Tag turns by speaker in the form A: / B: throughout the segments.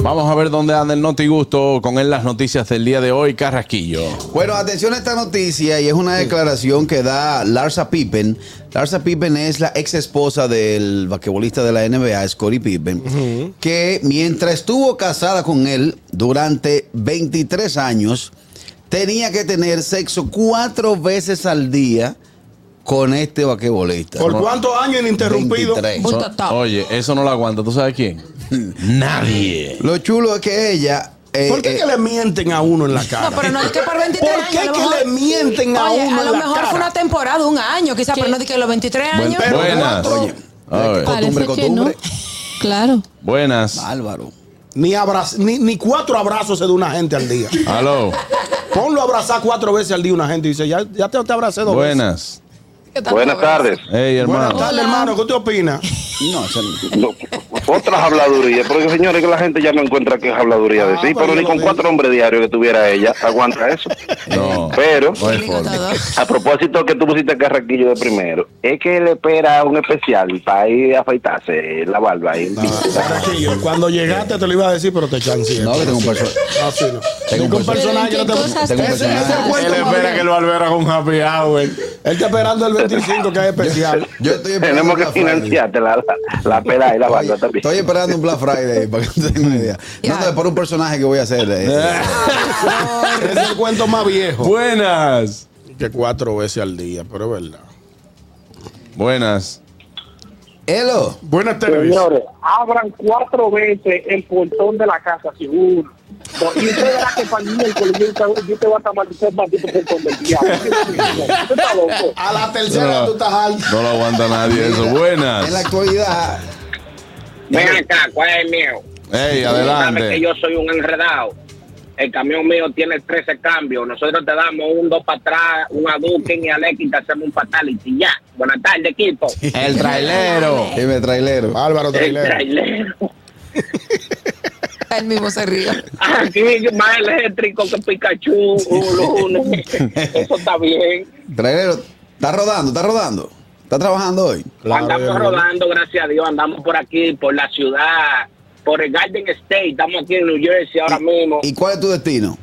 A: Vamos a ver dónde anda el Notigusto con él las noticias del día de hoy, Carrasquillo.
B: Bueno, atención a esta noticia y es una declaración que da Larsa Pippen. Larsa Pippen es la ex esposa del basquetbolista de la NBA, Scottie Pippen, que mientras estuvo casada con él durante 23 años, tenía que tener sexo cuatro veces al día con este basquetbolista.
C: ¿Por
B: No,
C: cuántos años ininterrumpido?
B: 23.
D: Punto
A: So-
D: top.
A: Oye, eso no lo aguanta, ¿tú sabes quién? Nadie.
B: Lo chulo es que ella... eh,
C: ¿Por qué
B: eh,
C: que le mienten a uno en la cara?
D: No, pero no es que por 23
C: ¿Por qué
D: años. a lo
C: que
D: mejor-
C: le mienten a
D: Oye,
C: uno
D: a
C: en
D: lo
C: la
D: mejor
C: cara?
D: fue una temporada, un año, quizás, pero no de que los 23 años.
C: pero
A: Buenas.
C: cuatro-
B: Oye,
A: A ver.
B: costumbre,
E: Parece que
B: costumbre.
E: no. Claro.
A: Buenas.
B: Álvaro.
C: Ni, abraz- ni, ni cuatro abrazos se da una gente al día.
A: Aló.
C: Ponlo a abrazar cuatro veces al día una gente y dice, ya, ya te, te abracé dos veces.
A: Buenas.
E: ¿Qué tal?
F: Buenas tardes.
A: Hey,
C: Buenas
A: hermano.
C: tardes, hermano. ¿Qué usted opina?
B: No, eso no.
F: No, otras habladurías, porque señores, que la gente ya no encuentra que es habladuría de
C: Ah,
F: sí,
C: pues
F: pero
C: yo
F: ni
C: lo
F: con
C: digo.
F: cuatro hombres diarios que tuviera ella, aguanta eso.
A: No.
F: Pero,
A: No hay
D: Digo
A: forma.
D: todo.
F: a propósito que tú pusiste a Carraquillo de primero, es que él espera un especial para ir a afeitarse la barba.
B: Ah.
F: Y
C: Carraquillo, Cuando llegaste te lo iba a decir, pero te chanceé.
B: No, que tengo un perso-
C: Así no.
B: Tengo un
C: Ningún
B: perso-
C: personaje
E: Pero
C: no
E: ¿en qué
C: te
E: cosas
B: tengo un
E: te
B: personaje.
E: basas?
C: Él espera que
A: lo albera con happy hour.
C: Él está esperando el 25 que es especial.
B: Yo estoy esperando
F: tenemos que
B: Black Friday.
F: financiarte la, la, la pela y la
B: Oye,
F: barba también.
B: estoy esperando un Black Friday para que no tengan una idea. No, no, es por un personaje que voy a hacer. eh.
C: es el cuento más viejo.
A: Buenas.
C: Que cuatro veces al día, pero es verdad.
A: Buenas.
B: Elo,
C: Buenas
G: Pues,
C: tardes.
H: Señores, abran cuatro veces el portón de la casa, seguro. No, Y usted verá que para el miércoles yo te- yo te voy a estar maldiciendo el maldito portón del diablo. Usted está loco.
C: A la tercera
A: No.
C: tú estás alto.
A: No lo aguanta nadie eso.
B: en la
A: Buenas.
B: actualidad,
G: Ven acá, ¿cuál es el mío?
A: Hey,
G: Sabes que
A: adelante.
G: yo soy un enredado. El camión mío tiene 13 cambios. Nosotros te damos un dos para atrás, un aduken y Alex y te hacemos un fatality. Ya. Buenas tardes, equipo.
A: El trailero.
B: dime trailero. Ah,
C: Álvaro
G: El
C: Trailero.
G: trailero.
D: Él mismo se ríe.
G: Aquí más eléctrico que Pikachu, un lunes. Eso está bien.
B: Trailero, está rodando, está rodando. Está trabajando hoy.
C: Claro, yo
G: andamos
C: no-
G: rodando, gracias a Dios. Andamos por aquí, por la ciudad, por el Garden State. Estamos aquí en New Jersey ahora mismo.
B: ¿Y cuál es tu destino?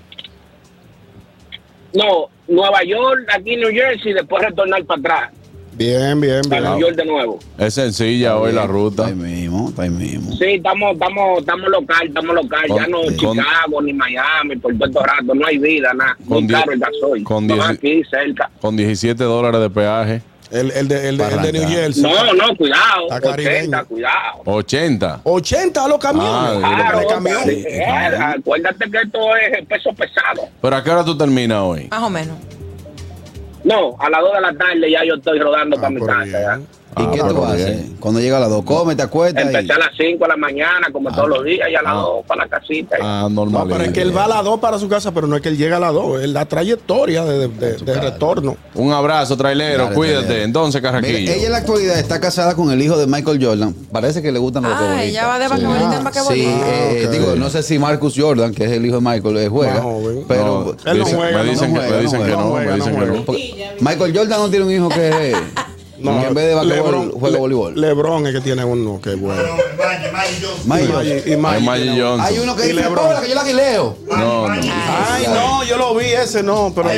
G: No, Nueva York, aquí en New Jersey, después retornar para atrás.
C: Bien, bien,
G: Para New
C: bien.
G: York de nuevo.
A: Es sencilla hoy la ruta.
B: Está ahí mismo, está ahí mismo.
G: Sí, estamos, estamos, estamos local, estamos local. ya no
A: Con-
G: Chicago, ni Miami, por Puerto Rato, no hay vida, nada.
A: Con
G: Muy
A: die-
G: caro el gasoil.
A: con
G: Estamos
A: dieci-
G: aquí cerca.
A: Con 17 dólares de peaje.
C: El, el de, el de- el de New
B: Barranca.
C: Jersey.
G: No, no, cuidado.
C: Está caribeño.
G: 80, cuidado.
A: 80.
C: 80 a los camiones.
A: Ah,
C: Para el
G: Claro,
C: camión.
G: dale, eh, acuérdate que esto es peso pesado.
A: ¿Pero a qué hora tú terminas hoy?
D: Más o menos.
G: No, a las 2 de la tarde ya yo estoy rodando
C: Ah,
G: para mi
C: pero
G: casa. ya.
C: bien.
B: ¿Y
A: Ah,
B: qué
A: pero
B: tú
A: bien.
B: haces? Cuando llega a las dos, come, te acuestas y...
G: Empecé a las 5 de la mañana, como todos los días, y a las 2 para la casita.
A: Ah,
C: No,
A: normal.
C: pero es que él va a las 2 para su casa, pero no es que él llega a las 2. Es la trayectoria de, de- de- de retorno.
A: Un abrazo, trailero.
B: Dale,
A: Cuídate.
B: trailero.
A: Entonces,
B: Mira,
A: Carraquillo.
B: ella en la actualidad está casada con el hijo de Michael Jordan. Parece que le gustan los
D: Ah,
B: basquetbolistas.
D: ella va de basquetbolista en basquetbolista.
B: Sí, eh,
C: Ah, ok.
B: digo, no sé si Marcus Jordan, que es el hijo de Michael, eh, juega.
C: Más joven.
B: Pero
C: Él no juega,
A: me
C: no
A: dicen que,
B: juega,
A: me
B: no
A: dicen que
B: juega,
A: no,
C: no
A: me
C: juega,
A: dicen
C: no
A: que
C: juega.
A: no.
B: Porque Michael Jordan no tiene un hijo que, eh,
C: No,
B: que en vez de basquetbol
C: Lebron-
B: juega
C: Le-
B: voleibol.
C: Lebron es que tiene uno que es bueno.
B: Michael.
C: Magic- y Magic
A: Es Magic
C: tiene uno.
A: Johnson.
B: Hay uno que
C: Y
B: dice,
C: Lebron.
B: "Hola, que yo la guileo.
A: No, no.
C: Ay, no, yo lo vi ese, no, pero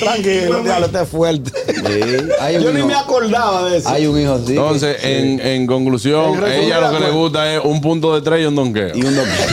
C: tranquilo, diablo, este es fuerte.
B: Sí, hay un
C: Yo ni
B: hijo.
C: me acordaba de eso.
B: Hay un hijo así.
A: Entonces, en, en
C: En
A: conclusión,
C: resumen,
A: ella lo que
C: la
A: le
C: cu-
A: gusta es un punto de tres y un donqueo.
B: y un doctor.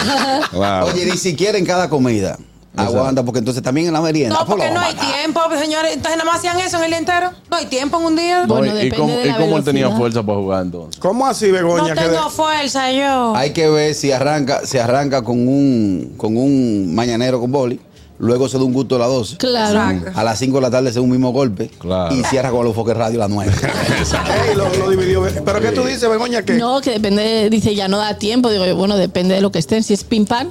C: Ah.
A: Claro.
B: Oye, ni siquiera en cada comida. Aguanta, porque entonces también en la merienda.
D: No,
B: pues,
D: porque
B: la
D: no hay
B: mamá.
D: tiempo, señores. Entonces nada más hacían eso en el día entero. No hay tiempo en un día.
E: Bueno,
A: ¿Y
E: depende
A: cómo,
E: de
A: y
E: la
A: cómo él tenía
E: velocidad.
A: fuerza para jugar entonces?
C: ¿Cómo así,
D: No
C: Begoña? que de-
D: tengo fuerza yo.
B: Hay que ver si arranca, si arranca con un con un mañanero con boli, luego se da un gusto a las 12.
E: Claro.
B: A las 5 de la tarde se da un mismo golpe
A: Claro.
B: y cierra con los foques radio a las 9.
C: Ey, lo, lo dividió. ¿Pero qué tú dices, Begoña? Que
E: No, que depende, dice ya no da tiempo. Digo, bueno, depende de lo que estén. Si es pim pam,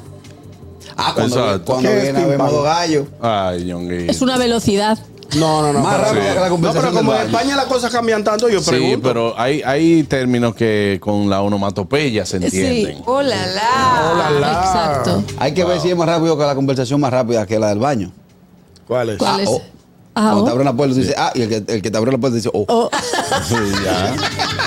B: ah, cuando,
A: Exacto.
B: cuando
C: ¿Qué es
B: viene a ver
C: timpano?
B: modo gallo.
A: Ay, Ñonguito.
E: es una velocidad.
C: No, no, no.
B: Más
C: pero-
B: rápida
C: sí.
B: que la
C: No,
B: conversación
C: pero como
B: del
C: en
B: baño.
C: España las cosas cambian tanto, yo
A: Sí,
C: pregunto.
A: pero hay, hay términos que con la onomatopeya se entienden.
E: Sí.
D: Hola, Oh, la.
C: Hola, la-
E: Exacto.
B: Hay que ver si es más rápido que la conversación más rápida que la del baño.
C: ¿Cuál es?
E: ¿Cuál
B: Ah,
E: es?
B: oh.
E: Ah,
B: Cuando te
E: oh.
B: abren la puerta, tú dices, ah, y el que, el que te abrió la puerta dice, oh.
E: Oh.
B: Sí, ya.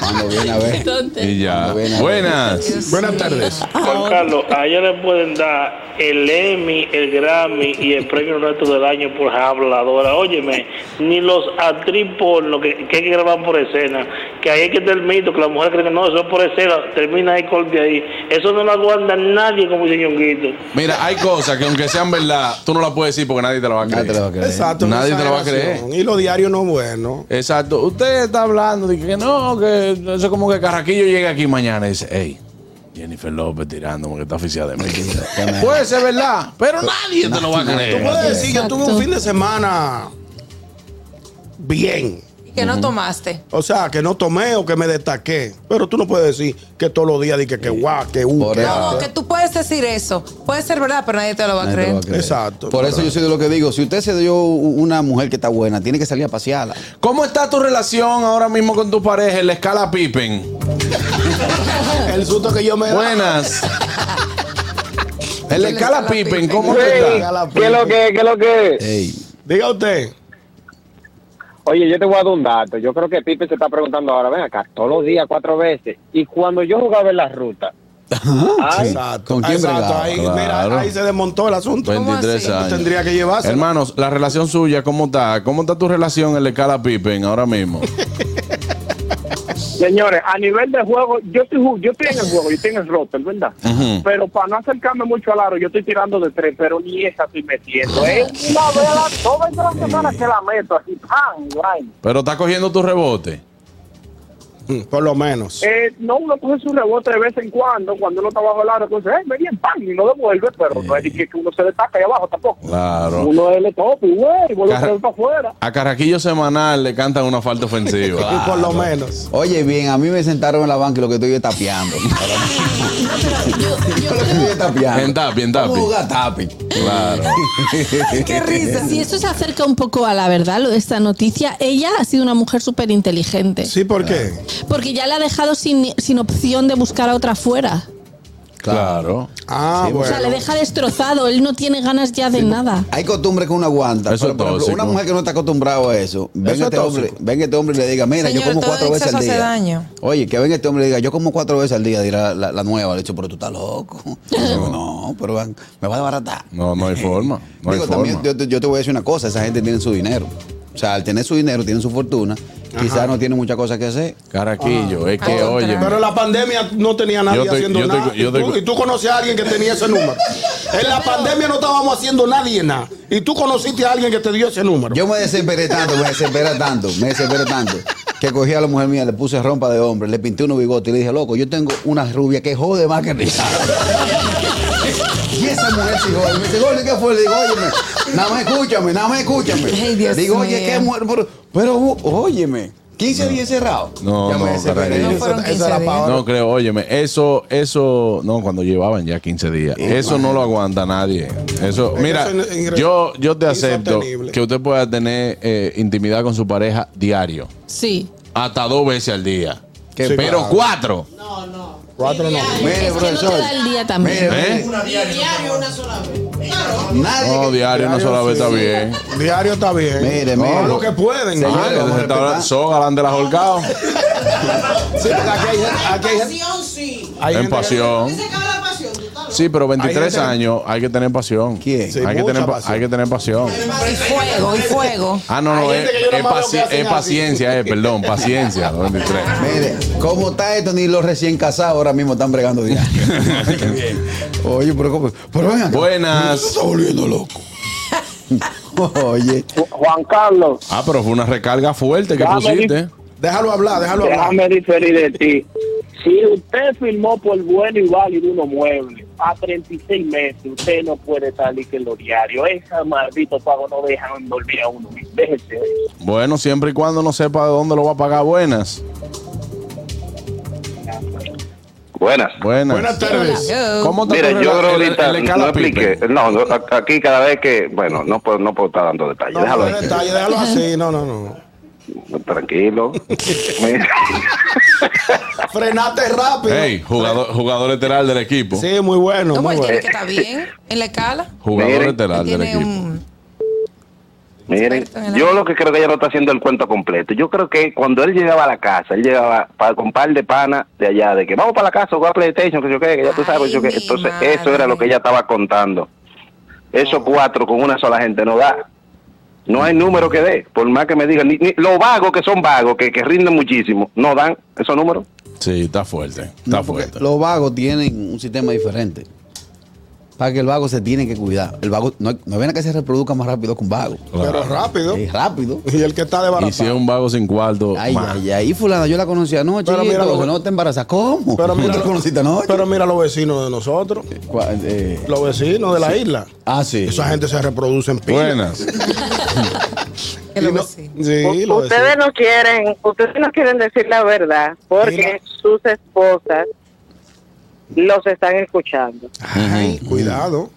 B: Cuando viene a ver.
A: Y ya.
B: Buenas.
A: Buenas.
C: Buenas tardes.
I: Juan Carlos, a ellos le pueden dar el Emmy, el Grammy y el premio resto del año por habladora. Óyeme, ni los actriz porno que, que hay que grabar por escena, que ahí es que está el mito, que la mujer cree que no, eso es por escena, termina ahí, corte ahí. Eso no lo aguanta nadie, como dice Ñonguito.
A: Mira, hay cosas que aunque sean verdad, tú no las puedes decir porque nadie te la va a
B: Nadie
A: creer.
B: te la va a creer.
C: Exacto. una
A: Nadie te lo va a
C: exageración. Y lo diario no es bueno.
A: Exacto. Usted está hablando de que no, que eso es como que Carraquillo llega aquí mañana y dice, hey, Jennifer López tirándome que está oficial de mí. Puede ser verdad, pero nadie te lo va a
C: Tú
A: creer.
C: puedes decir que
E: Exacto.
C: tuve un fin de semana bien.
D: Y que no tomaste.
C: O sea, que no tomé o que me destaqué. Pero tú no puedes decir que todos los días dije que guau, que uh,
B: Por
C: que-
B: eso.
D: No, que tú puedes decir eso. Puede ser verdad, pero nadie te lo va a
B: Nadie te
D: creer.
B: lo va a creer.
C: Exacto.
B: Por eso yo soy de lo que digo, si usted se dio u- una mujer que está buena, tiene que salir a pasearla.
A: ¿Cómo está tu relación ahora mismo con tu pareja en la escala Pippen?
C: El susto que yo me da.
A: Buenas. En la escala Pippen, ¿cómo tú
F: Ey,
A: estás?
F: ¿Qué es lo que? ¿Qué es lo que?
B: Ey,
C: Diga usted.
G: Oye, yo te voy a dar un dato. Yo creo que Pipe se está preguntando ahora, ven acá, todos los días, cuatro veces. Y cuando yo jugaba en la ruta, ay,
C: Exacto.
B: ¿Con quién
C: Exacto.
B: bregaba?
C: Ahí,
A: Claro.
C: mira, ahí se desmontó el asunto.
D: ¿Cómo
A: 23
D: así?
A: años.
C: Tendría que llevarse.
A: Hermanos, la relación suya, ¿cómo está? ¿Cómo está tu relación en la escala Pippen ahora mismo?
H: Señores, a nivel de juego, yo estoy, ju- yo estoy en el juego, yo estoy en el roster, ¿verdad?
A: Ujú.
H: Pero para no acercarme mucho al aro, yo estoy tirando de tres, pero ni esa estoy metiendo. ¿eh? Es una vela, no veinte las semanas que la meto, así, ¡pam! ¡guay!
A: Pero está cogiendo tu rebote.
C: Mm, Por lo menos.
H: Eh, no, uno coge su rebote de vez en cuando, cuando uno está bajo el aro, entonces, ¡eh, me bien, ¡pam! Y no devuelve, pero no es de que que uno se destaca ahí abajo tampoco.
A: Claro.
H: Uno es el top y, güey, vuelve a
A: Carra-
H: traer para afuera.
A: A Carraquillo Semanal le cantan una falta ofensiva.
C: Y por lo menos.
B: Oye, bien, a mí me sentaron en la banca y lo que estoy es tapeando.
E: Yo
B: lo que
E: creo-
B: estoy es tapeando.
A: En tapi, en tapi.
B: Vamos a jugar tapi.
A: Claro.
D: Qué risa.
E: Si eso se acerca un poco a la verdad, lo de esta noticia, ella ha sido una mujer súper inteligente.
C: Sí, ¿por qué?
E: Porque ya la ha dejado sin, sin opción de buscar a otra fuera.
A: Claro.
C: Ah,
B: Sí,
E: O sea, le
C: bueno.
E: deja destrozado. Él no tiene ganas ya de nada.
B: Hay costumbres que uno aguanta.
A: Eso
B: pero, por
A: es
B: ejemplo,
A: tóxico.
B: una mujer que no está acostumbrada a eso, venga
C: Eso es
B: este, hombre,
C: tóxico.
B: venga este hombre y le diga, mira,
D: Señor,
B: yo como
D: todo
B: cuatro
D: en
B: veces al
D: exceso
B: día.
D: hace daño.
B: Oye, que venga este hombre y le diga, yo como cuatro veces al día, dirá la, la nueva. Le dicho, pero tú estás loco. Digo, no, pero van- me va a desbaratar.
A: No, no hay forma. No hay
B: Digo, también
A: forma.
B: yo, te- yo te voy a decir una cosa, esa gente tiene su dinero. O sea, al tener su dinero, tienen su fortuna, quizás no tienen muchas cosas que hacer.
A: Carraquillo, es que,
D: Al
A: oye.
C: Pero la pandemia no tenía nadie
A: Yo estoy-
C: haciendo
A: yo estoy-
C: nada.
A: yo
C: y, tú,
A: estoy-
C: y tú conoces a alguien que tenía ese número. En la pandemia no estábamos haciendo nadie nada. Y tú conociste a alguien que te dio ese número.
B: Yo me desesperé tanto, me desesperé tanto, me desesperé tanto, que cogí a la mujer mía, le puse rompa de hombre, le pinté unos bigotes y le dije, loco, yo tengo una rubia que jode más que Ricardo. y esa mujer se jode. Me dice, "Gordo, ¿qué fue? Le digo, óyeme, nada más escúchame, nada más escúchame.
D: Ay, Dios
B: digo, oye,
D: mío.
B: qué mujer, pero, pero ó- óyeme, 15 días encerrados.
A: No,
B: ya
A: no,
B: me desesperé.
A: carajo.
D: No fueron 15 días.
A: No creo, óyeme, eso, eso, no, cuando llevaban ya 15 días, eso no lo aguanta nadie. Eso,
C: Es
A: mira,
C: que eso es ingre-
A: yo, yo te acepto
C: insostenible.
A: que usted pueda tener eh, intimidad con su pareja diario,
E: Sí.
A: hasta dos veces al día,
B: Qué
A: pero
B: bravo.
A: cuatro.
C: Cuatro no.
E: Es
B: Mire,
E: que no te
B: profesor.
E: da el día también.
B: Mire,
A: ¿Eh?
B: nadie
A: No,
B: que-
A: diario, una sola vez está bien.
C: Diario está bien.
B: Mire,
C: No,
B: mire.
C: lo que pueden.
B: Señor,
A: Ah,
C: Ah,
A: que
B: vamos a
A: se está hablando-
B: respetar.
A: son galán de la Holgado.
B: Sí, porque aquí hay, aquí hay-
C: hay gente
A: En
C: que-
A: pasión. Sí, pero 23
C: Hay gente-
A: años hay que tener pasión.
B: ¿Quién?
C: Sí,
A: hay, que
C: mucha
A: tener, pa-
C: pasión.
A: hay que tener pasión.
D: Y fuego, y fuego.
A: Ah, no,
C: Hay
A: no, es,
C: gente que yo
A: es
C: nomás veo que
A: paci-
C: hacen
A: es
C: así.
A: paciencia, eh, perdón, paciencia, los 23.
B: Mire, ¿cómo está esto? Ni los recién casados ahora mismo están bregando diario. Oye, pero ¿cómo? Pero venga.
A: Buenas.
B: Se está volviendo loco. Oye,
H: Ju- Juan Carlos,
A: Ah, pero fue una recarga fuerte que
H: Ya,
A: pusiste.
C: Déjalo hablar, déjalo hablar.
H: Déjame diferir de ti. Si usted firmó por bueno y válido unos muebles a 36 meses, usted no puede salir que los diarios. Esos malditos pagos no dejan dormir a uno. Déjese. de eso.
A: Bueno, siempre y cuando no sepa de dónde lo va a pagar, buenas.
F: Buenas.
A: Buenas.
C: tardes.
A: ¿Cómo está
F: Mira,
A: tu
F: yo
A: rela-
F: creo
A: el- el-
F: ahorita
A: el
F: no
A: escala
F: explique. No, no, a- aquí cada vez que. Bueno, no puedo, no puedo estar dando detalles. Déjalo ahí.
C: Detalle, déjalo así, no, no, no.
F: Tranquilo. Mira,
C: Frenate rápido.
A: Hey, jugador, jugador lateral del equipo.
C: Sí, muy bueno,
D: No,
C: muy
D: pues tiene
C: bueno.
D: que estar bien en la escala.
A: Jugador
F: Miren,
A: lateral del
D: Tiene
A: equipo.
D: un.
F: Miren, yo lo que creo que ella no está haciendo el cuento completo. Yo creo que cuando él llegaba a la casa, él llegaba para con par de pana de allá, de que vamos para la casa a jugar PlayStation, que yo qué, que ya tú sabes, que yo qué.
D: Ay, mi
F: Entonces, eso era
D: madre.
F: lo que ella estaba contando. Esos cuatro con una sola gente no da. No hay número que dé, por más que me digan. Ni, ni- los vagos que son vagos, que, que rinden muchísimo, no dan esos números.
A: Sí, está fuerte. Está
B: No, porque
A: fuerte.
B: los vagos tienen un sistema diferente. Para que el vago se tiene que cuidar. El vago no, no viene que se reproduzca más rápido que un vago.
C: Pero rápido.
B: Es rápido.
C: Y el que está
A: Y si es
C: desbaratado.
A: un vago sin cuarto,
B: Ay,
A: más.
B: ay, ay, fulana, yo la conocí anoche.
C: Pero
B: y
C: mira
B: todo,
C: lo-
B: no te embarazas. ¿Cómo?
C: Pero mira
B: ¿No te
C: lo-
B: conociste anoche?
C: Pero mira los vecinos de nosotros,
B: Cua- eh,
C: los vecinos de la isla.
B: ah, sí.
C: Esa gente se reproduce en pila.
A: Buenas.
D: Que
C: Y
D: lo
C: no-
D: sí.
C: Sí, los
J: ustedes
C: vecinos.
J: no quieren, ustedes no quieren decir la verdad porque sus esposas los están escuchando.
C: Ay, cuidado.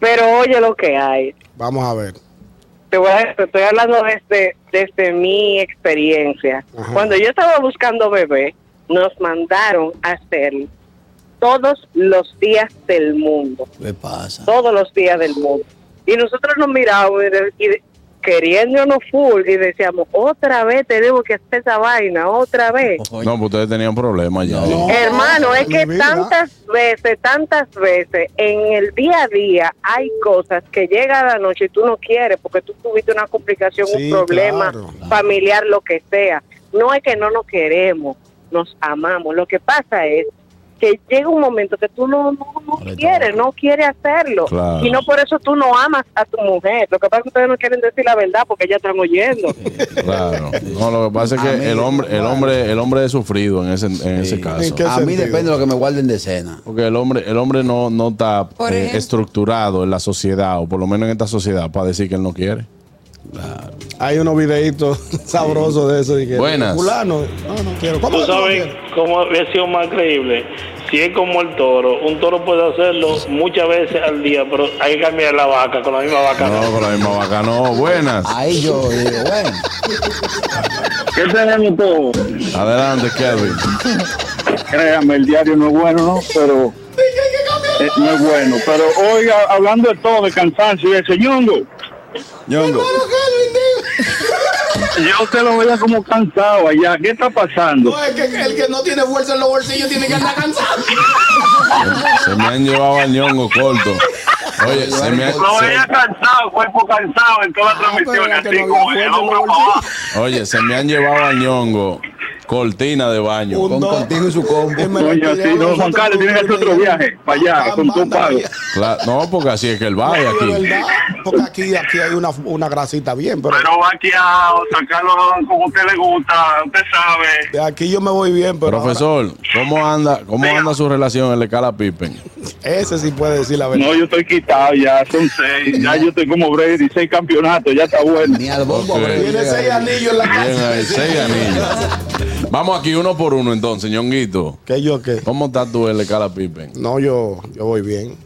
J: Pero oye lo que hay.
C: Vamos a ver.
J: Te voy a- te estoy hablando desde, desde este, mi experiencia.
C: Ajá.
J: Cuando yo estaba buscando bebé, nos mandaron a hacer todos los días del mundo.
B: ¿Qué pasa?
J: todos los días del mundo. Y nosotros nos mirábamos y, de- y de- queriéndonos full y decíamos, otra vez tenemos que hacer esa vaina, otra vez.
A: No, pues ustedes tenían problemas ya.
C: No.
J: Hermano, es
C: mi
J: que
C: vida.
J: tantas veces, tantas veces en el día a día hay cosas que llega la noche y tú no quieres porque tú tuviste una complicación, un
C: Sí,
J: problema
C: claro,
J: familiar, lo que sea. No es que no nos queremos, nos amamos. Lo que pasa es que llega un momento que tú no, no, no
B: Ahora
J: quieres,
B: está.
J: no quieres hacerlo.
A: Claro.
J: Y no por eso tú no amas a tu mujer. Lo que pasa es que ustedes no quieren decir la verdad porque ya están oyendo.
A: Claro. No, lo que pasa es que
B: Amén.
A: el hombre, el hombre, el hombre es sufrido en ese, en ese
C: ¿En
A: caso.
C: qué
B: A mí
C: sentido?
B: depende de lo que me guarden de cena.
A: Porque el hombre, el hombre no, no está
D: Por
A: eh,
D: ejemplo.
A: estructurado en la sociedad, o por lo menos en esta sociedad, para decir que él no quiere.
C: Hay unos videitos sabrosos de eso. y que-
A: Buenas.
C: Fulano. No, no quiero. ¿Cómo
I: Tú
C: que tú no
I: sabes
C: quieres?
I: cómo había sido más creíble. Si es como el toro, un toro puede hacerlo muchas veces al día, pero hay que cambiar la vaca con la misma vaca.
A: No, con la misma vaca, no. Buenas.
B: Ahí yo digo, bueno.
G: ¿Qué tenemos todos?
A: Adelante, Kevin.
G: Créame, el diario no es bueno, ¿no? Pero. eh, no es bueno. Pero hoy, a- hablando de todo, de cansancio y de señongo,
A: Ñongo.
G: yo te lo veía como cansado allá. ¿Qué está pasando?
C: No, es que el que no tiene fuerza en los bolsillos tiene que andar cansado.
A: Se me han llevado al ñongo corto. Oye, se me ha-
G: Lo
A: se-
G: veía cansado, cuerpo cansado en toda
C: Ah, pero
G: transmisión,
C: era que
G: así
C: no había
G: como el
C: fuerza en los
G: hombro para abajo.
C: bolsillos.
A: Oye, se me han llevado al ñongo. Cortina de baño.
C: Un
B: Con
C: dos.
B: contigo y su combo.
C: Y me
G: Coño, sí, no, Juan Carlos, tiene que hacer otro viaje para allá, con tu
C: Banda,
G: pago.
C: ya.
A: Cla- no, porque así es que él va
C: Sí,
A: de
C: es
A: aquí.
C: verdad, Porque aquí, aquí hay una, una grasita bien, pero
G: Pero va aquí a sacarlo como a usted le gusta, usted sabe.
C: de aquí yo me voy bien, pero
A: Profesor, ¿cómo anda, cómo anda su relación en la escala Pippen?
C: ahora ese sí puede decir la verdad.
G: No, yo estoy quitado ya, son seis, ya yo estoy como Brady, seis campeonatos, ya está bueno.
B: Ni al bombo.
A: Ok.
B: pero
C: Tiene
B: llega.
C: seis anillos en la
A: Bien
C: casa.
A: ahí, seis anillos. Vamos aquí uno por uno entonces, ñonguito.
C: ¿Qué yo qué?
A: ¿Cómo estás tú en la escala Pippen?
C: No, yo, yo voy bien.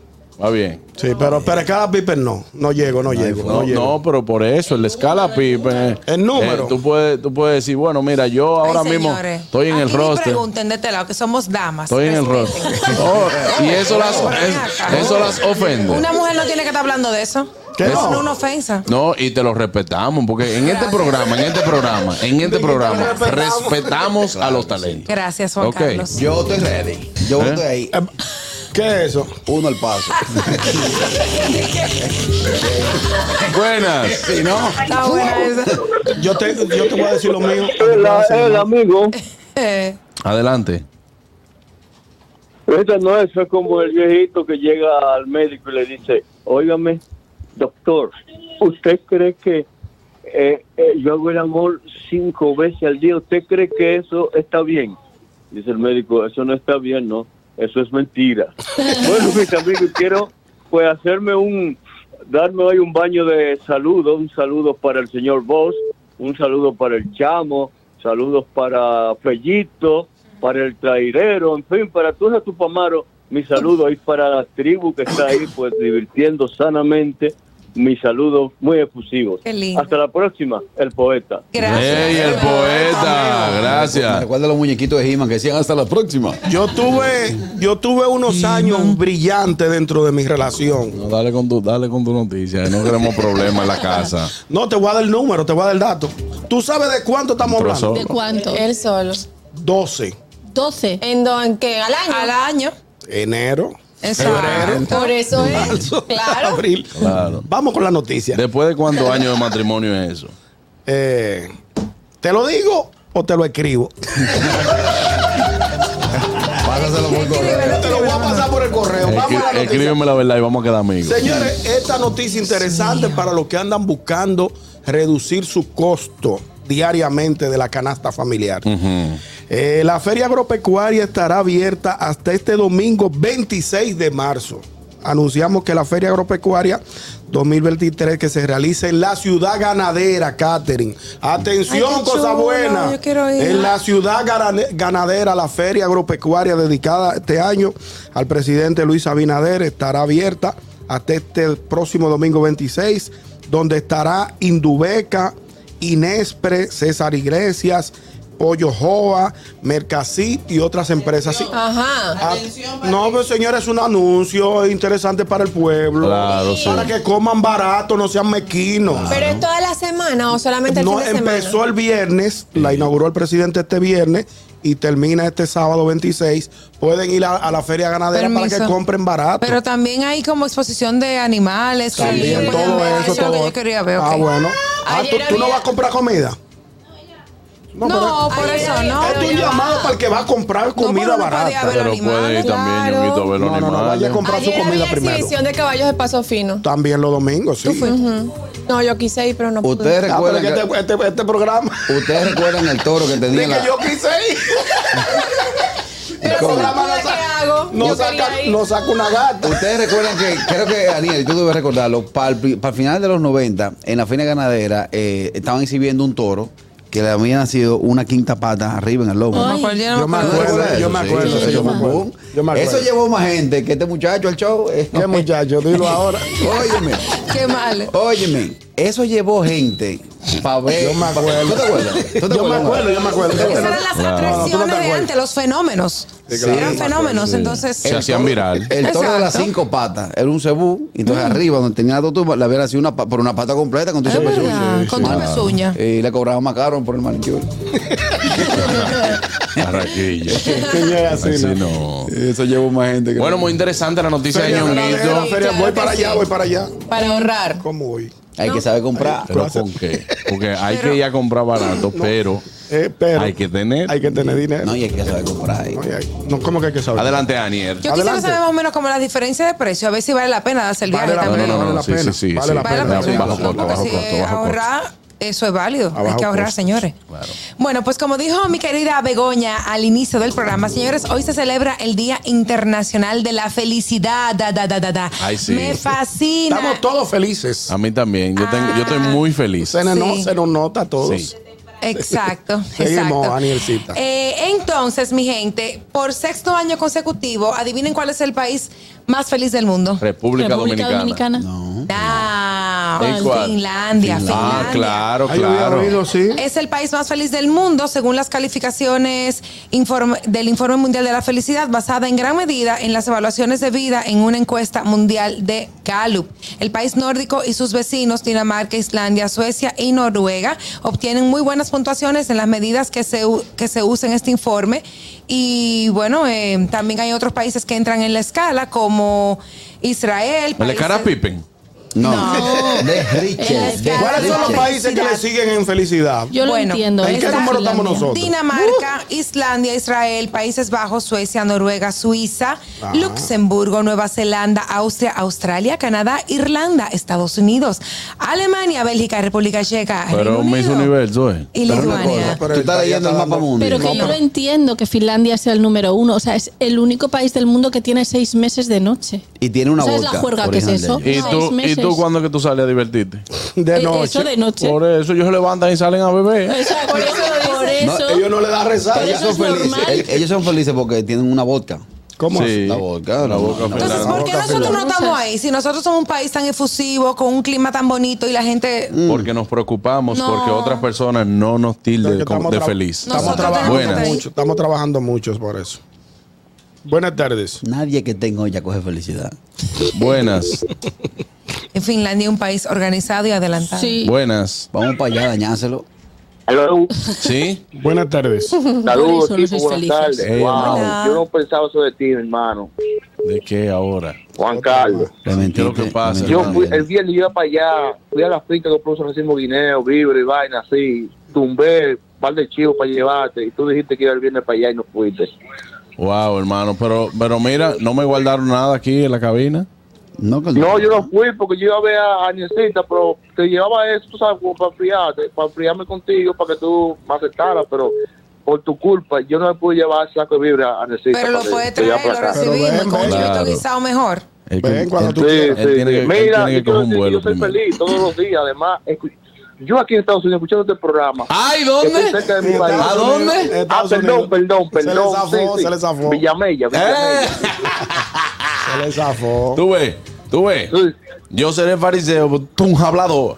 A: ¿Va bien?
C: Sí, pero, pero cada piper no. No llego, no, llego. No,
A: No,
C: llego.
A: no, pero por eso, en la escala Pippen. eh,
C: El número.
A: eh, tú, puedes, tú puedes decir, bueno, mira, yo ahora
D: Ay,
A: mismo
D: señores,
A: estoy en el
D: aquí ni
A: roster.
D: pregunten de este lado que somos damas.
A: Estoy en el
D: Respeten.
A: roster. Oh, y eso las,
D: Ven
A: es-
D: acá.
A: eso las ofende.
D: Una mujer no tiene que estar hablando de eso.
C: ¿Qué
D: eso
C: no?
D: no es una ofensa.
A: No, y te lo respetamos, porque en este programa, en este programa, en este programa, respetamos a los talentos.
D: Gracias, Juan
A: Ok.
D: Carlos.
B: Yo estoy ready. Yo
A: ¿Eh?
B: estoy ahí.
C: Eh, ¿Qué es eso?
B: Uno al paso.
A: Buenas.
B: Si no,
D: Está buena esa.
C: Yo te, yo te voy a decir lo mío.
G: amigo,
D: Eh,
A: Adelante.
G: eso no es, es como el viejito que llega al médico y le dice, óigame, doctor, ¿usted cree que eh, eh, yo hago el amor cinco veces al día? ¿Usted cree que eso está bien? Dice el médico, eso no está bien, no, eso es mentira. bueno, mis amigos, quiero pues hacerme un, darme hoy un baño de saludos, un saludo para el señor Boss, un saludo para el Chamo, saludos para Fellito, para el trailero, en fin, para todos esos tupamaros. Mi saludo ahí para la tribu que está ahí, pues divirtiendo sanamente. Mi saludo muy efusivo.
D: Qué lindo.
G: Hasta la próxima, el poeta.
A: ¡Ey, el poeta! Gracias.
B: Recuerda los muñequitos de He-Man que decían hasta la próxima.
C: Yo tuve, yo tuve unos años brillantes dentro de mi relación.
A: No, dale con tu, dale con tu noticia. No queremos problemas en la casa.
C: No, te voy a dar el número, te voy a dar el dato. ¿Tú sabes de cuánto estamos
A: Entró
C: hablando?
E: ¿De cuánto?
D: Él solo.
C: 12.
E: 12.
D: ¿En don, qué? ¿Al año? Al año.
C: Enero.
D: Exacto. Por eso es.
C: marzo,
D: Claro.
C: Abril.
A: Claro.
C: Vamos con la noticia.
A: ¿Después de cuántos años de matrimonio es eso?
C: Eh, ¿Te lo digo o te lo escribo?
B: Pásaselo por correo.
C: te lo voy a pasar por el correo. Vamos a
A: Escri-
C: la noticia.
A: escríbeme la verdad y vamos a quedar amigos.
C: Señores, esta noticia interesante para los que andan buscando reducir su costo diariamente de la canasta familiar.
A: Ujú.
C: Eh, la feria agropecuaria estará abierta hasta este domingo 26 de marzo. Anunciamos que la feria agropecuaria 2023 que se realiza en la ciudad ganadera, Catherine. Atención,
D: Ay, qué
C: cosa
D: chulo,
C: buena.
D: yo quiero ir.
C: En la ciudad gana- ganadera, la feria agropecuaria dedicada este año al presidente Luis Abinader estará abierta hasta este próximo domingo 26, donde estará Indubeca, Inespre, César Iglesias, Pollo Joa, Mercasit y otras empresas. Sí.
D: Ajá.
C: Ah, No, pero señores, es un anuncio interesante para el pueblo.
A: Claro, sí.
C: Para que coman barato, no sean mequinos.
D: ¿Pero es toda la semana o solamente el
C: No,
D: fin de semana?
C: empezó el viernes, la inauguró el presidente este viernes y termina este sábado 26. Pueden ir a, a la feria ganadera para
D: Permiso.
C: que compren barato.
D: Pero también hay como exposición de animales. que
C: También
D: pueden
C: todo
D: ver,
C: eso,
D: es lo que
C: todo.
D: yo quería ver.
C: Ah,
D: ok.
C: bueno. Ah, ¿tú,
E: Ayer
C: tú no
E: había-
C: vas a comprar comida?
D: No, por eso no.
C: Esto es un llamado para el que va a comprar
D: No,
C: comida
D: pero no podía
C: barata.
D: haber-
A: Pero puede ir
D: animales,
A: también,
D: claro.
A: Ñonguito, a ver los
C: No, no, no, vaya
A: animales.
C: a comprar su
K: Ayer
C: comida
K: había
C: primero.
K: exhibición de caballos de paso fino.
C: También los domingos, sí.
D: Tú fuiste. No, yo quise ir, pero no pude.
B: Ustedes
C: Ah, pero
B: recuerdan,
C: que
B: que-
C: este, este- este programa.
B: ustedes recuerdan el toro que tenía
C: Dije,
B: la.
C: yo quise ir.
B: el
C: El
B: toro?
C: programa no
K: ¿Qué
C: saca-
K: hago?
C: no
K: Yo
C: saca,
K: quería ir.
C: no saca una gata.
B: Ustedes recuerdan que, creo que, Daniel, tú debes recordarlo, para el, final de los 90, en la fina ganadera, eh, estaban exhibiendo un toro que le había nacido una quinta pata arriba en el lomo.
D: No, pues yo no
C: Yo me
D: me acuerdo.
C: acuerdo,
B: ¿Recuerdas
C: yo
B: eso?
C: me
B: Sí,
C: acuerdo,
B: eso
C: sí, yo me
B: fue un
C: acuerdo.
B: boom.
C: Yo me acuerdo.
B: Eso llevó más gente que este muchacho al show. eh.
C: Qué muchacho, dilo ahora.
B: Óyeme,
D: Qué mal.
B: óyeme, eso llevó gente para ver.
C: Yo me acuerdo.
B: ¿Tú te acuerdas? ¿Tú te
C: Yo me
B: acuerdas?
C: acuerdo, yo me
D: Esas
C: acuerdo.
D: eran las
A: Claro.
D: atracciones
C: No, no, tú no te
D: de
C: acuerdas.
D: antes, los fenómenos. eran
B: sí.
D: fenómenos,
A: Sí.
D: entonces.
A: Se hacían viral.
B: El toro de las
D: Exacto.
B: cinco patas era un cebú. Entonces arriba, donde tenía dos tumbas, le había nacido una, pa- por una pata completa con tu
D: Es verdad,
B: pezuña.
D: con tu pezuña.
B: Y le cobraban más caro por el manicure.
A: Carraquillo. Así no.
B: Eso llevó más gente.
A: Bueno, muy interesante la noticia de
C: Feria ganadera,
A: Ñonguito.
C: feria- Voy para allá, voy para allá.
D: Para ahorrar.
C: ¿Cómo voy?
B: Hay que saber comprar.
A: ¿Pero con qué? Porque hay que ir a comprar barato, pero
C: Eh, pero
A: hay que tener.
C: hay que tener dinero.
B: No, y hay que saber comprar. eh.
C: Ay, ay, No, ¿cómo que hay que saber?
A: Adelante, Aniel.
D: Yo quisiera
C: Adelante.
D: saber más o menos como la diferencia de precio, a ver si vale la pena darse el
C: Vale
D: viaje
C: la
A: No,
D: también.
C: pena,
A: no, no,
C: vale
A: no.
C: la
A: Sí, sí,
C: pena,
A: sí.
C: vale
A: sí.
C: la
D: Vale
C: pena.
D: la pena.
A: Bajo costo,
D: Porque
A: bajo
D: si
A: costo, bajo costo.
D: ahorrar, eso es válido. Hay
C: bajo
D: que ahorrar,
C: costo.
D: señores. Bueno, pues como dijo mi querida Begoña al inicio del programa, señores, hoy se celebra el Día Internacional de la Felicidad. Da, da, da, da, da.
A: Ay, sí.
D: Me fascina.
C: Estamos todos felices.
B: Ah,
A: A mí también. Yo, tengo, yo estoy muy feliz.
C: Se nos,
D: Ah, Sí.
C: se nos nota a todos.
A: Sí.
D: Exacto,
C: Seguimos,
D: exacto.
C: Anielcita.
D: Eh, entonces, mi gente, por sexto año consecutivo, adivinen cuál es el país más feliz del mundo.
A: República, Dominicana.
B: No.
D: Ah,
A: ¿En cuál?
D: Finlandia, Finlandia.
A: Ah, claro,
C: Ay, yo había
A: claro.
C: oído, sí.
D: Es el país más feliz del mundo, según las calificaciones informe- del Informe Mundial de la Felicidad, basada en gran medida en las evaluaciones de vida en una encuesta mundial de Gallup. El país nórdico y sus vecinos, Dinamarca, Islandia, Suecia y Noruega, obtienen muy buenas puntuaciones en las medidas que se, u- que se usa en este informe. Y bueno, eh, también hay otros países que entran en la escala, como Israel.
A: ¿Me le cara a
D: países-
A: Pippen?
B: No. De
E: Es
B: Richard. de
E: que-
C: ¿Cuáles son los
B: Richard.
C: países que le siguen en felicidad?
E: Yo lo
D: Bueno,
E: entiendo.
C: ¿en qué
E: esta-
C: número estamos nosotros?
D: Dinamarca, Islandia, Israel, Países Bajos, Suecia, Noruega, Suiza,
C: Ah.
D: Luxemburgo, Nueva Zelanda, Austria, Australia, Canadá, Irlanda, Estados Unidos, Alemania, Bélgica, República Checa, Reino
A: Pero Miss
D: Unido
A: Universo, ¿eh?
D: y
B: Pero una
D: Lituania.
B: cosa,
C: Pero
B: tú
C: el
B: estás
C: país
B: leyendo el
C: está
B: mapa
C: dando-
B: mundi.
E: Pero que yo lo entiendo que Finlandia sea el número uno. O sea, es el único país del mundo que tiene seis meses de noche.
B: Y tiene una
E: ¿Sabes
B: vodka,
E: la juerga
B: por
E: que es
B: ejemplo,
E: eso?
B: de
A: ¿Y
E: Seis
A: tú, ¿Y
E: meses.
A: tú cuándo es que tú sales a divertirte?
C: De
E: Eh,
C: noche.
E: Eso de noche.
A: Por eso ellos se levantan y salen a beber.
E: Eso- por eso, por eso.
C: ellos no le dan resaca.
B: Ellos son
C: Eso es
B: felices.
C: normal.
B: El- ellos son felices porque tienen una vodka.
C: ¿Cómo
B: así? La vodka. La vodka.
D: Entonces, ¿por qué nosotros no estamos ahí? Si nosotros somos un país tan efusivo, con un clima tan bonito y la gente...
A: Porque nos preocupamos
D: No.
A: porque otras personas no nos tilden de, como- de
C: tra-
A: feliz.
C: Estamos
A: Buenas.
C: trabajando mucho. Estamos trabajando mucho por eso. Buenas tardes.
B: Nadie que tengo ya coge felicidad.
A: Buenas.
D: En Finlandia es un país organizado y adelantado.
E: Sí.
A: Buenas.
B: Vamos para allá, dañárselo.
A: ¿Sí?
C: Buenas tardes.
E: Por
G: Saludos,
E: eso no
G: tipo,
E: sois
G: buenas
E: felices.
G: tardes.
A: Ey,
G: wow,
D: Hola.
G: yo no pensaba eso de ti, mi hermano.
A: ¿De qué ahora?
G: Juan Carlos.
B: Le mentiste,
A: lo que pasa?
B: le
G: Yo
B: mentiste
G: fui,
B: también.
G: el viernes iba para allá, fui a la finca que produce Racimo Guineo, víveres y vaina así, tumbé un par de chivos para llevarte y tú dijiste que iba el viernes para allá y no fuiste.
A: Wow, hermano. Pero, pero mira, no me guardaron nada aquí en la cabina.
B: No, que-
G: No, yo no fui porque yo iba a ver a Aniesita, pero te llevaba eso, tú ¿sabes? como para friarte, para friarme contigo, para que tú me aceptaras, pero por tu culpa yo no me pude llevar el saco de víveres a Aniesita.
D: Pero lo
G: para que
D: puede
G: te llevara
D: traer, lo
G: para acá.
C: recibe.
D: recibimos.
C: ven,
D: Con un
A: ven.
D: chivito
A: Claro.
D: guisado mejor.
A: Es que-
C: Ven cuando tú
G: Sí,
C: quieras.
G: sí.
A: Él tiene que- él
G: Mira,
A: tiene que
G: yo quiero
A: coger un
G: decir
A: vuelo
G: yo soy
A: primero.
G: feliz todos los días. Además, escu- yo aquí en Estados Unidos escuchando este programa.
A: ¡Ay,
G: que
A: ¿dónde?
G: estoy cerca de mi país.
A: ¿A dónde?
G: Ah,
C: Estados
G: perdón,
C: Unidos.
G: perdón,
C: Se le
G: perdón.
C: zafó,
G: sí, sí.
C: se le zafó.
G: Villamella, Villamella.
A: ¡Eh!
C: Se le zafó.
A: Tú ves, tú ves.
G: Sí.
A: Yo seré fariseo, pues, tú un hablador.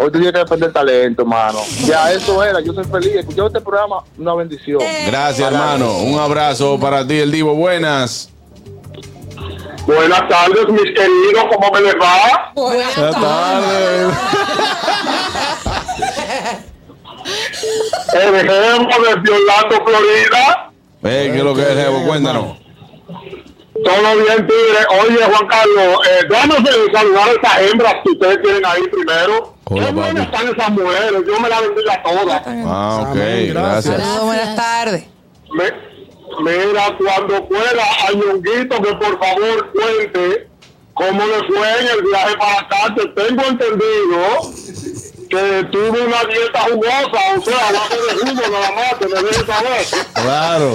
G: Hoy tú tienes que defender talento, mano. Ya, eso era. Yo soy feliz. Escuchando este programa, una bendición.
A: Gracias, hermano. Un abrazo para ti, el Divo. Buenas.
H: Buenas tardes, mis queridos, ¿cómo me les va?
D: Buenas
A: Buenas tardes.
H: El ejemplo desde Orlando, Florida.
A: Eh, ¿Qué es lo que es, Evo? Cuéntanos.
H: Todo bien, Tigre. Oye, Juan Carlos, eh, déjame fel- saludar a estas hembras que ustedes tienen ahí primero.
A: Hola,
H: Qué buenas
A: papi.
H: están esas mujeres. Yo me las bendiga a todas.
A: Ah, ok,
C: Amén, gracias.
A: gracias.
D: Saludos, buenas tardes.
H: Me- mira, cuando pueda, a Ñonguito que por favor cuente cómo le fue en el viaje para Carte. Tengo entendido que tuvo una dieta jugosa, o sea, abajo de jugo nada más, que me deje saber.
A: Claro.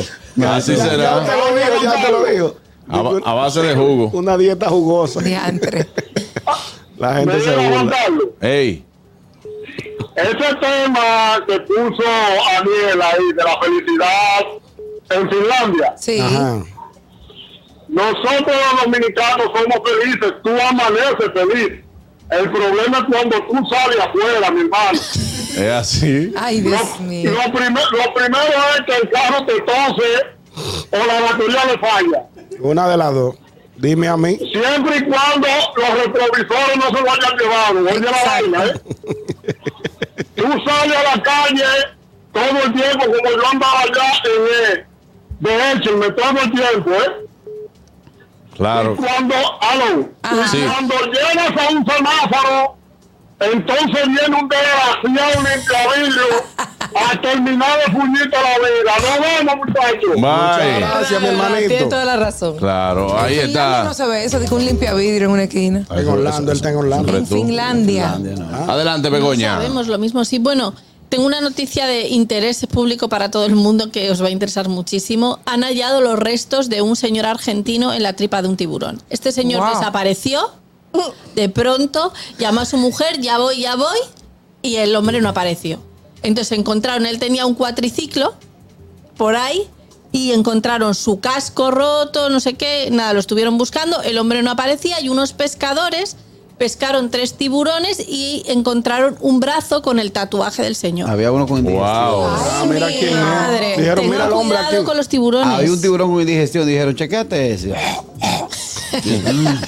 A: Así
C: Ya, ya te
A: será.
C: lo digo, ya te lo digo.
A: A, ba- a base de jugo.
C: Una dieta jugosa.
D: Diantre.
C: La
H: Me
C: gente se
H: diga, Juan
C: burla.
H: Carlos,
A: Ey,
H: ese tema que puso Aniel ahí de la felicidad en Finlandia.
D: Sí.
C: Ajá.
H: Nosotros los dominicanos somos felices, tú amaneces feliz. El problema es cuando tú sales afuera, mi hermano.
A: es así.
D: Ay, Dios mío.
H: Lo, primer- lo primero es que el carro te tose o la batería le falla.
C: Una de las dos. Dime a mí.
H: Siempre y cuando los retrovisores no se lo hayan llevado. Oye la vaina, ¿eh? Tú sales a la calle todo el tiempo, como yo andaba allá en eh, de hecho, me todo el tiempo, ¿eh?
A: Claro.
H: Cuando, aló,
D: Ajá.
A: Sí.
H: cuando llegas a un semáforo, entonces viene un desgraciado limpiavidrio a terminar de puñito la vida. No vemos, muchachos.
A: Bye.
C: Gracias, mi
D: Tiene
C: hermanito.
D: toda la razón.
A: Claro, ahí
D: En Finlandia
A: está.
D: no se ve eso, dijo un limpiavidrio en una esquina.
C: Está en Orlando, él está en Orlando.
D: En Finlandia.
A: Adelante, Begoña.
E: Sabemos lo mismo. Oh, Sí, bueno, tengo una noticia de interés público para todo el mundo que os va a interesar muchísimo. Han hallado los restos de un señor argentino en la tripa de un tiburón. Este señor
D: Wow.
E: desapareció de pronto, llamó a su mujer, ya voy, ya voy, y el hombre no apareció. Entonces encontraron, él tenía un cuatriciclo por ahí y encontraron su casco roto, no sé qué, nada, lo estuvieron buscando, el hombre no aparecía y unos pescadores pescaron tres tiburones y encontraron un brazo con el tatuaje del señor.
B: Había uno con indigestión.
A: Wow.
C: Ah, mira
D: mi
C: quién es.
D: madre.
C: Dijeron,
E: Tengan
C: mira al hombre
E: cuidado
C: aquí.
E: con los tiburones.
B: Había un tiburón con indigestión. Dijeron, chequeate ese. "Mm".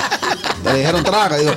B: Le dijeron, traga. Digo,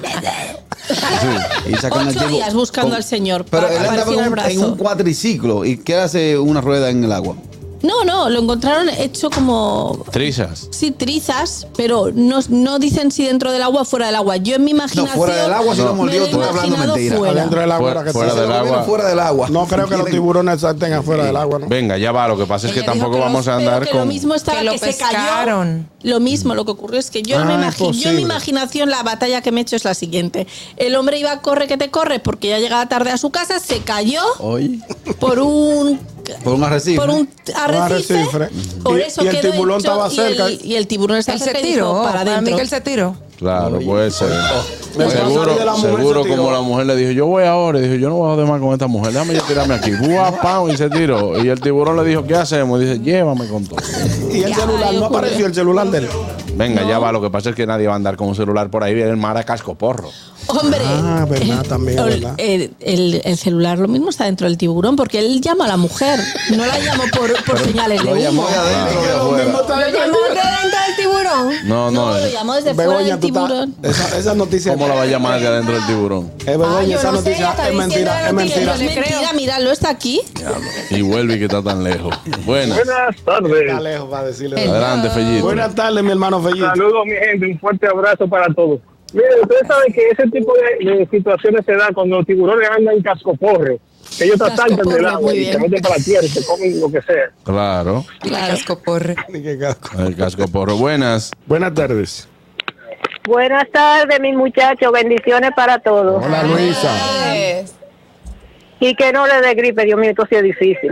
B: y sacan
E: Ocho
B: al tipo-
E: días buscando
B: con-
E: al señor
B: Pero
E: para
B: él
E: que
B: andaba en
E: apareciera
B: un,
E: el
B: en un
E: brazo.
B: cuatriciclo. ¿Y qué hace una rueda en el agua?
E: No, no, lo encontraron hecho como
A: Trizas.
E: sí trizas, pero no, no dicen si dentro del agua o fuera del agua. Yo en mi
B: No,
E: imaginación
B: fuera del agua, si lo
E: me
B: mordió,
E: lo
B: tú estás
E: he
B: hablando
E: imaginado
B: mentira.
E: fuera.
C: Adentro del agua.
A: Fuera-
C: era que
A: fuera
C: sí.
A: del agua.
B: Fuera del agua.
C: No creo que los tiburones salten afuera del agua, ¿no?
A: Venga, ya va. Lo que pasa es que
D: Ella dijo
A: tampoco
D: que los-
A: vamos a
E: Pero
A: andar
E: que lo
A: con.
E: mismo estaba
D: Que
E: que,
D: lo
E: se cayó.
D: pescaron.
E: Lo mismo, lo que ocurrió es que yo, no
C: Ah,
E: me imagi- yo en
C: imposible.
E: mi imaginación la batalla que me he hecho es la siguiente. El hombre iba a corre que te corre porque ya llegaba tarde a su casa, se cayó
B: Oye,
E: por un
B: por un arrecife.
E: por un arrecife.
C: arrecife.
E: Por
C: Y-
E: eso
C: y el
E: quedó
C: tiburón
E: hecho-
C: estaba
E: y el-
C: cerca.
E: Y el, tiburón estaba
D: Él se
E: cerca y
D: tiró.
E: dijo, para
D: Para mí
E: adentro.
D: que él se tiró.
A: Claro, puede ser.
C: Me
A: Seguro,
C: pasa de la mujer,
A: seguro
C: se tiró.
A: como la mujer le dijo, yo voy ahora. Y dijo, yo no voy a joder más con esta mujer, déjame yo tirarme aquí. Buah, pam, y se tiró. Y el tiburón le dijo, ¿qué hacemos? Y dice, llévame con todo.
C: Y el celular, no apareció el celular de él.
A: Venga, ya va. Lo que pasa es que nadie va a andar con un celular por ahí. El mar a casco porro.
E: Hombre,
C: Ah, verdad, también,
E: ol-
C: verdad.
E: eh, el, el celular lo mismo está dentro del tiburón porque él llama a la mujer, no la llama por, por señales de
B: Lo llamó
E: humo.
B: de adentro o de afuera.
D: ¿Llamó dentro del tiburón?
A: No, no.
E: No, lo
A: es-
E: llamó desde fuera
C: eh. Begoña,
E: del
C: tú estás-
E: tiburón.
C: Esa, esa noticia.
A: ¿Cómo la va a llamar de adentro del tiburón?
C: Es Begoña,
D: Ah, yo
C: Pues, esa
D: no sé,
C: noticia
D: ella está
C: es
D: diciendo
C: mentira,
D: la
C: es
D: noticia,
C: mentira.
D: yo le creo.
E: Mentira, míralo, está aquí.
A: Diablo. Y vuelve y que está tan lejos. Buenas.
G: Buenas
C: Está
G: tardes.
C: lejos para decirle.
A: Adelante, Fellito.
C: Buenas tardes, mi hermano Fellito.
G: Saludos, mi gente. Un fuerte abrazo para todos. Miren, ustedes saben que ese tipo de, de situaciones se dan cuando los tiburones andan en cascoporro. Que ellos te asaltan
E: Cascoporro,
G: del agua
E: muy
G: y te
E: bien.
G: meten para la tierra y te comen lo que sea.
A: Claro.
D: Claro. Cascoporre.
C: Ni que casco.
A: El casco porro. Buenas.
C: Buenas tardes.
L: Buenas tardes, mis muchachos. Bendiciones para todos.
C: Hola, Luisa.
L: Y que no le dé gripe, Dios mío, esto sí es difícil.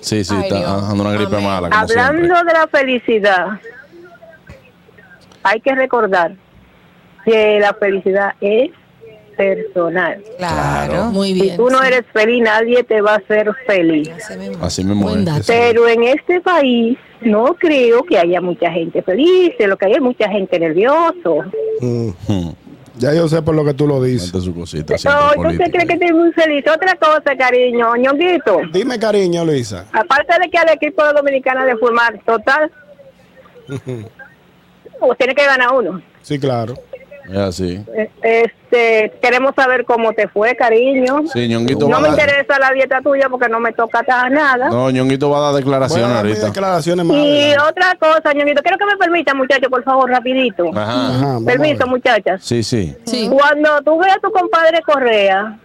A: Sí, sí,
D: Ay,
A: está
D: Dios.
A: dando una gripe
E: Amén.
A: mala. como siempre.
L: Hablando de la felicidad, hay que recordar que la felicidad es personal.
D: Claro.
E: Muy
L: Si
E: bien.
L: tú no eres feliz, nadie te va a hacer feliz.
D: Así mismo.
A: Así mismo
E: Buen
A: es.
E: dato.
L: Pero en este país no creo que haya mucha gente feliz, de lo que hay es mucha gente nervioso.
C: Mm,
A: Hmm.
C: Ya yo sé por lo que tú lo dices.
A: Cuente su cosita.
L: No,
A: siempre
L: entonces
A: política.
L: cree que estoy muy feliz. Otra cosa, cariño, ñonguito.
C: Dime, cariño, Luisa.
L: Aparte de que al equipo dominicano de fumar total, o tiene que ganar uno.
C: Sí, claro.
A: Es así.
L: Eh, Este, queremos saber cómo te fue, cariño.
A: Sí, Ñonguito
L: No
A: va
L: me
A: a dar.
L: interesa la dieta tuya porque no me toca ta- nada.
A: No, Ñonguito va a dar declaraciones
C: Bueno, mis
A: ahorita.
C: declaraciones más
L: Y
C: adelante.
L: otra cosa, ñonguito, quiero que me permita, muchacho, por favor, rapidito.
A: Ajá.
C: Ajá, Ah, vamos a ver.
L: Permiso, muchachas.
A: Sí, sí.
E: Sí.
L: Cuando tú veas a tu compadre Correa,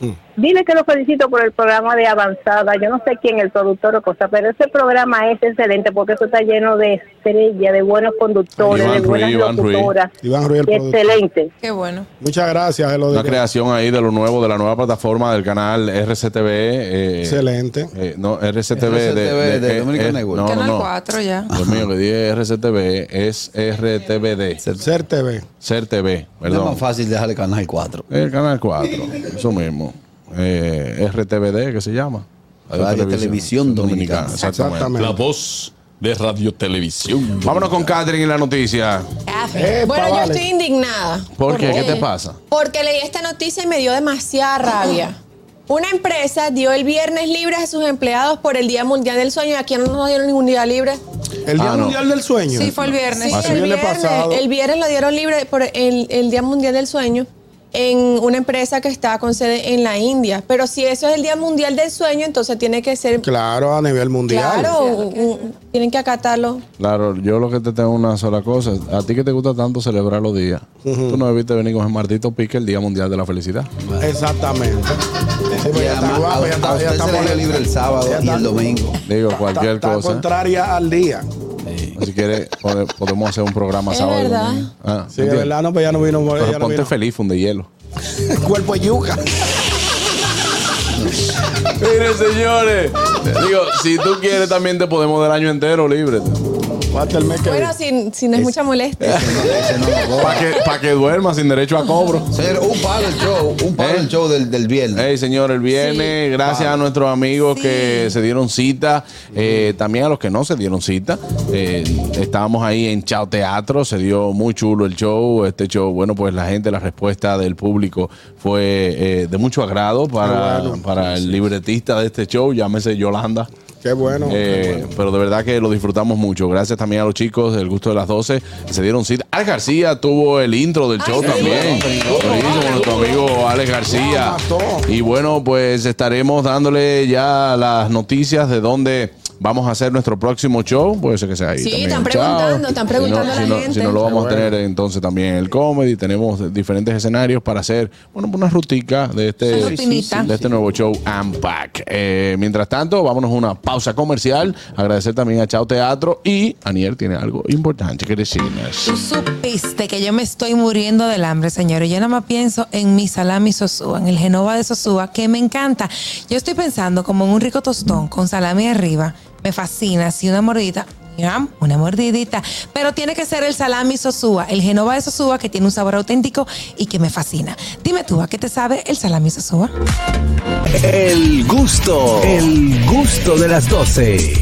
A: Mm.
L: dile que lo felicito por el programa de Avanzada. Yo no sé quién, el productor o cosa, pero ese programa es excelente porque eso está lleno de estrellas, de buenos conductores,
A: Iván
L: de buenas
A: Ruiz, Iván Ruiz.
L: locutoras.
C: Iván Ruiz, el productor.
L: excelente.
D: Qué bueno.
C: Muchas gracias, hello,
A: Una
C: de-
A: creación ahí de lo nuevo, de la nueva plataforma del canal RCTV. eh,
C: Excelente.
A: eh, no, RCTV, de,
B: RCTV de
A: eh,
B: Dominican
A: eh,
B: Network.
A: No, no,
D: Canal
A: no.
D: 4 ya.
A: Dios mío, que dije RCTV, es RTVD.
C: Ser TV.
A: Ser TV,
B: Es más
A: perdón.
B: fácil dejarle canal 4.
A: El canal 4, eso mismo. Eh, RTVD, que se llama.
B: Radio Televisión Dominicana.
A: Exactamente.
C: Exactamente.
M: voz de Radio Televisión.
A: Vámonos con Catherine y la noticia.
C: Epa,
N: bueno, yo
C: vale.
N: estoy indignada.
A: ¿Por qué? ¿Qué te pasa?
N: Porque leí esta noticia y me dio demasiada rabia. Una empresa dio el viernes libre a sus empleados por el Día Mundial del Sueño y aquí no nos dieron ningún día libre.
C: El Día
A: Ah, no.
C: Mundial del Sueño.
D: Sí, fue el viernes.
N: Sí,
A: Así.
N: el
C: Viernes
N: viernes,
C: pasado.
N: el viernes lo dieron libre por el, el Día Mundial del Sueño en una empresa que está con sede en la India. Pero si eso es el Día Mundial del Sueño, entonces tiene que ser...
C: Claro, a nivel mundial.
N: Claro, un- un- tienen que acatarlo.
A: Claro, yo lo que te tengo una sola cosa. A ti que te gusta tanto celebrar los días, tú no debiste venir con el martito pique el Día Mundial de la Felicidad.
C: Exactamente. Sí,
B: Y
C: pues ya está
B: además,
C: guapa,
B: a-
C: ya
B: a
C: está, ya
B: usted
C: está
B: se le dio
C: molesta.
B: libre el sábado
C: Ya
B: y
C: está-
B: el domingo.
A: Digo,
C: está-
A: cualquier
C: está
A: cosa.
C: contraria al día.
A: Si quieres, pode- podemos hacer un programa
N: Es
A: sábado. y
N: verdad.
A: domingo. Ah,
C: Sí, de
A: ¿entiendes?
C: verdad, no, pues ya no vino.
A: Pero
C: ya no
A: ponte
C: vino.
A: feliz, funde hielo.
C: Cuerpo de yuca.
A: Miren, señores. Digo, si tú quieres, también te podemos dar año entero libre.
C: Hasta el mes que
N: Bueno,
C: viene.
N: si, si no es mucha molestia.
B: Ese no lo cobra.
A: Para que, pa' que duermas sin derecho a cobro.
B: Señor, un palo el show, un palo
A: ¿Eh?
B: el show del, del viernes.
A: Hey, señor, el viernes, gracias a nuestros amigos que se dieron cita, eh, también a los que no se dieron cita. Eh, estábamos ahí en Chao Teatro, se dio muy chulo el show. Este show, bueno, pues la gente, la respuesta del público fue eh, de mucho agrado para, para el libretista de este show, llámese Yolanda.
C: Qué bueno.
A: Eh, Pero de verdad que lo disfrutamos mucho. Gracias también a los chicos del gusto de las 12. Se dieron cita. Alex García tuvo el intro del show también. Buenísimo, nuestro amigo Alex García.
C: Lo mató.
A: Y bueno, pues estaremos dándole ya las noticias de dónde. Vamos a hacer nuestro próximo show. Puede ser que sea ahí.
N: Sí,
A: también.
N: están
A: Chao.
N: preguntando, están
A: Si no-
N: preguntando a la
A: si no,
N: gente.
A: Si no lo vamos
C: Qué
A: a
C: bueno.
A: tener eh, entonces también en el comedy. Tenemos diferentes escenarios para hacer, bueno, una rutica de este,
D: Una rutinita.
A: de este nuevo show Unpack. Eh, mientras tanto, vámonos a una pausa comercial. Agradecer también a Chao Teatro y Aniel tiene algo importante que decirnos.
D: Tú supiste que yo me estoy muriendo del hambre, señores. Yo nada más pienso en mi salami sosúa, en el genova de sosúa, que me encanta. Yo estoy pensando como en un rico tostón con salami arriba. Me fascina, así una mordida. ñam, una mordidita. Pero tiene que ser el salami sosúa, el genova de sosúa que tiene un sabor auténtico y que me fascina. Dime tú, ¿a qué te sabe el salami sosúa?
B: El gusto, el gusto de las 12.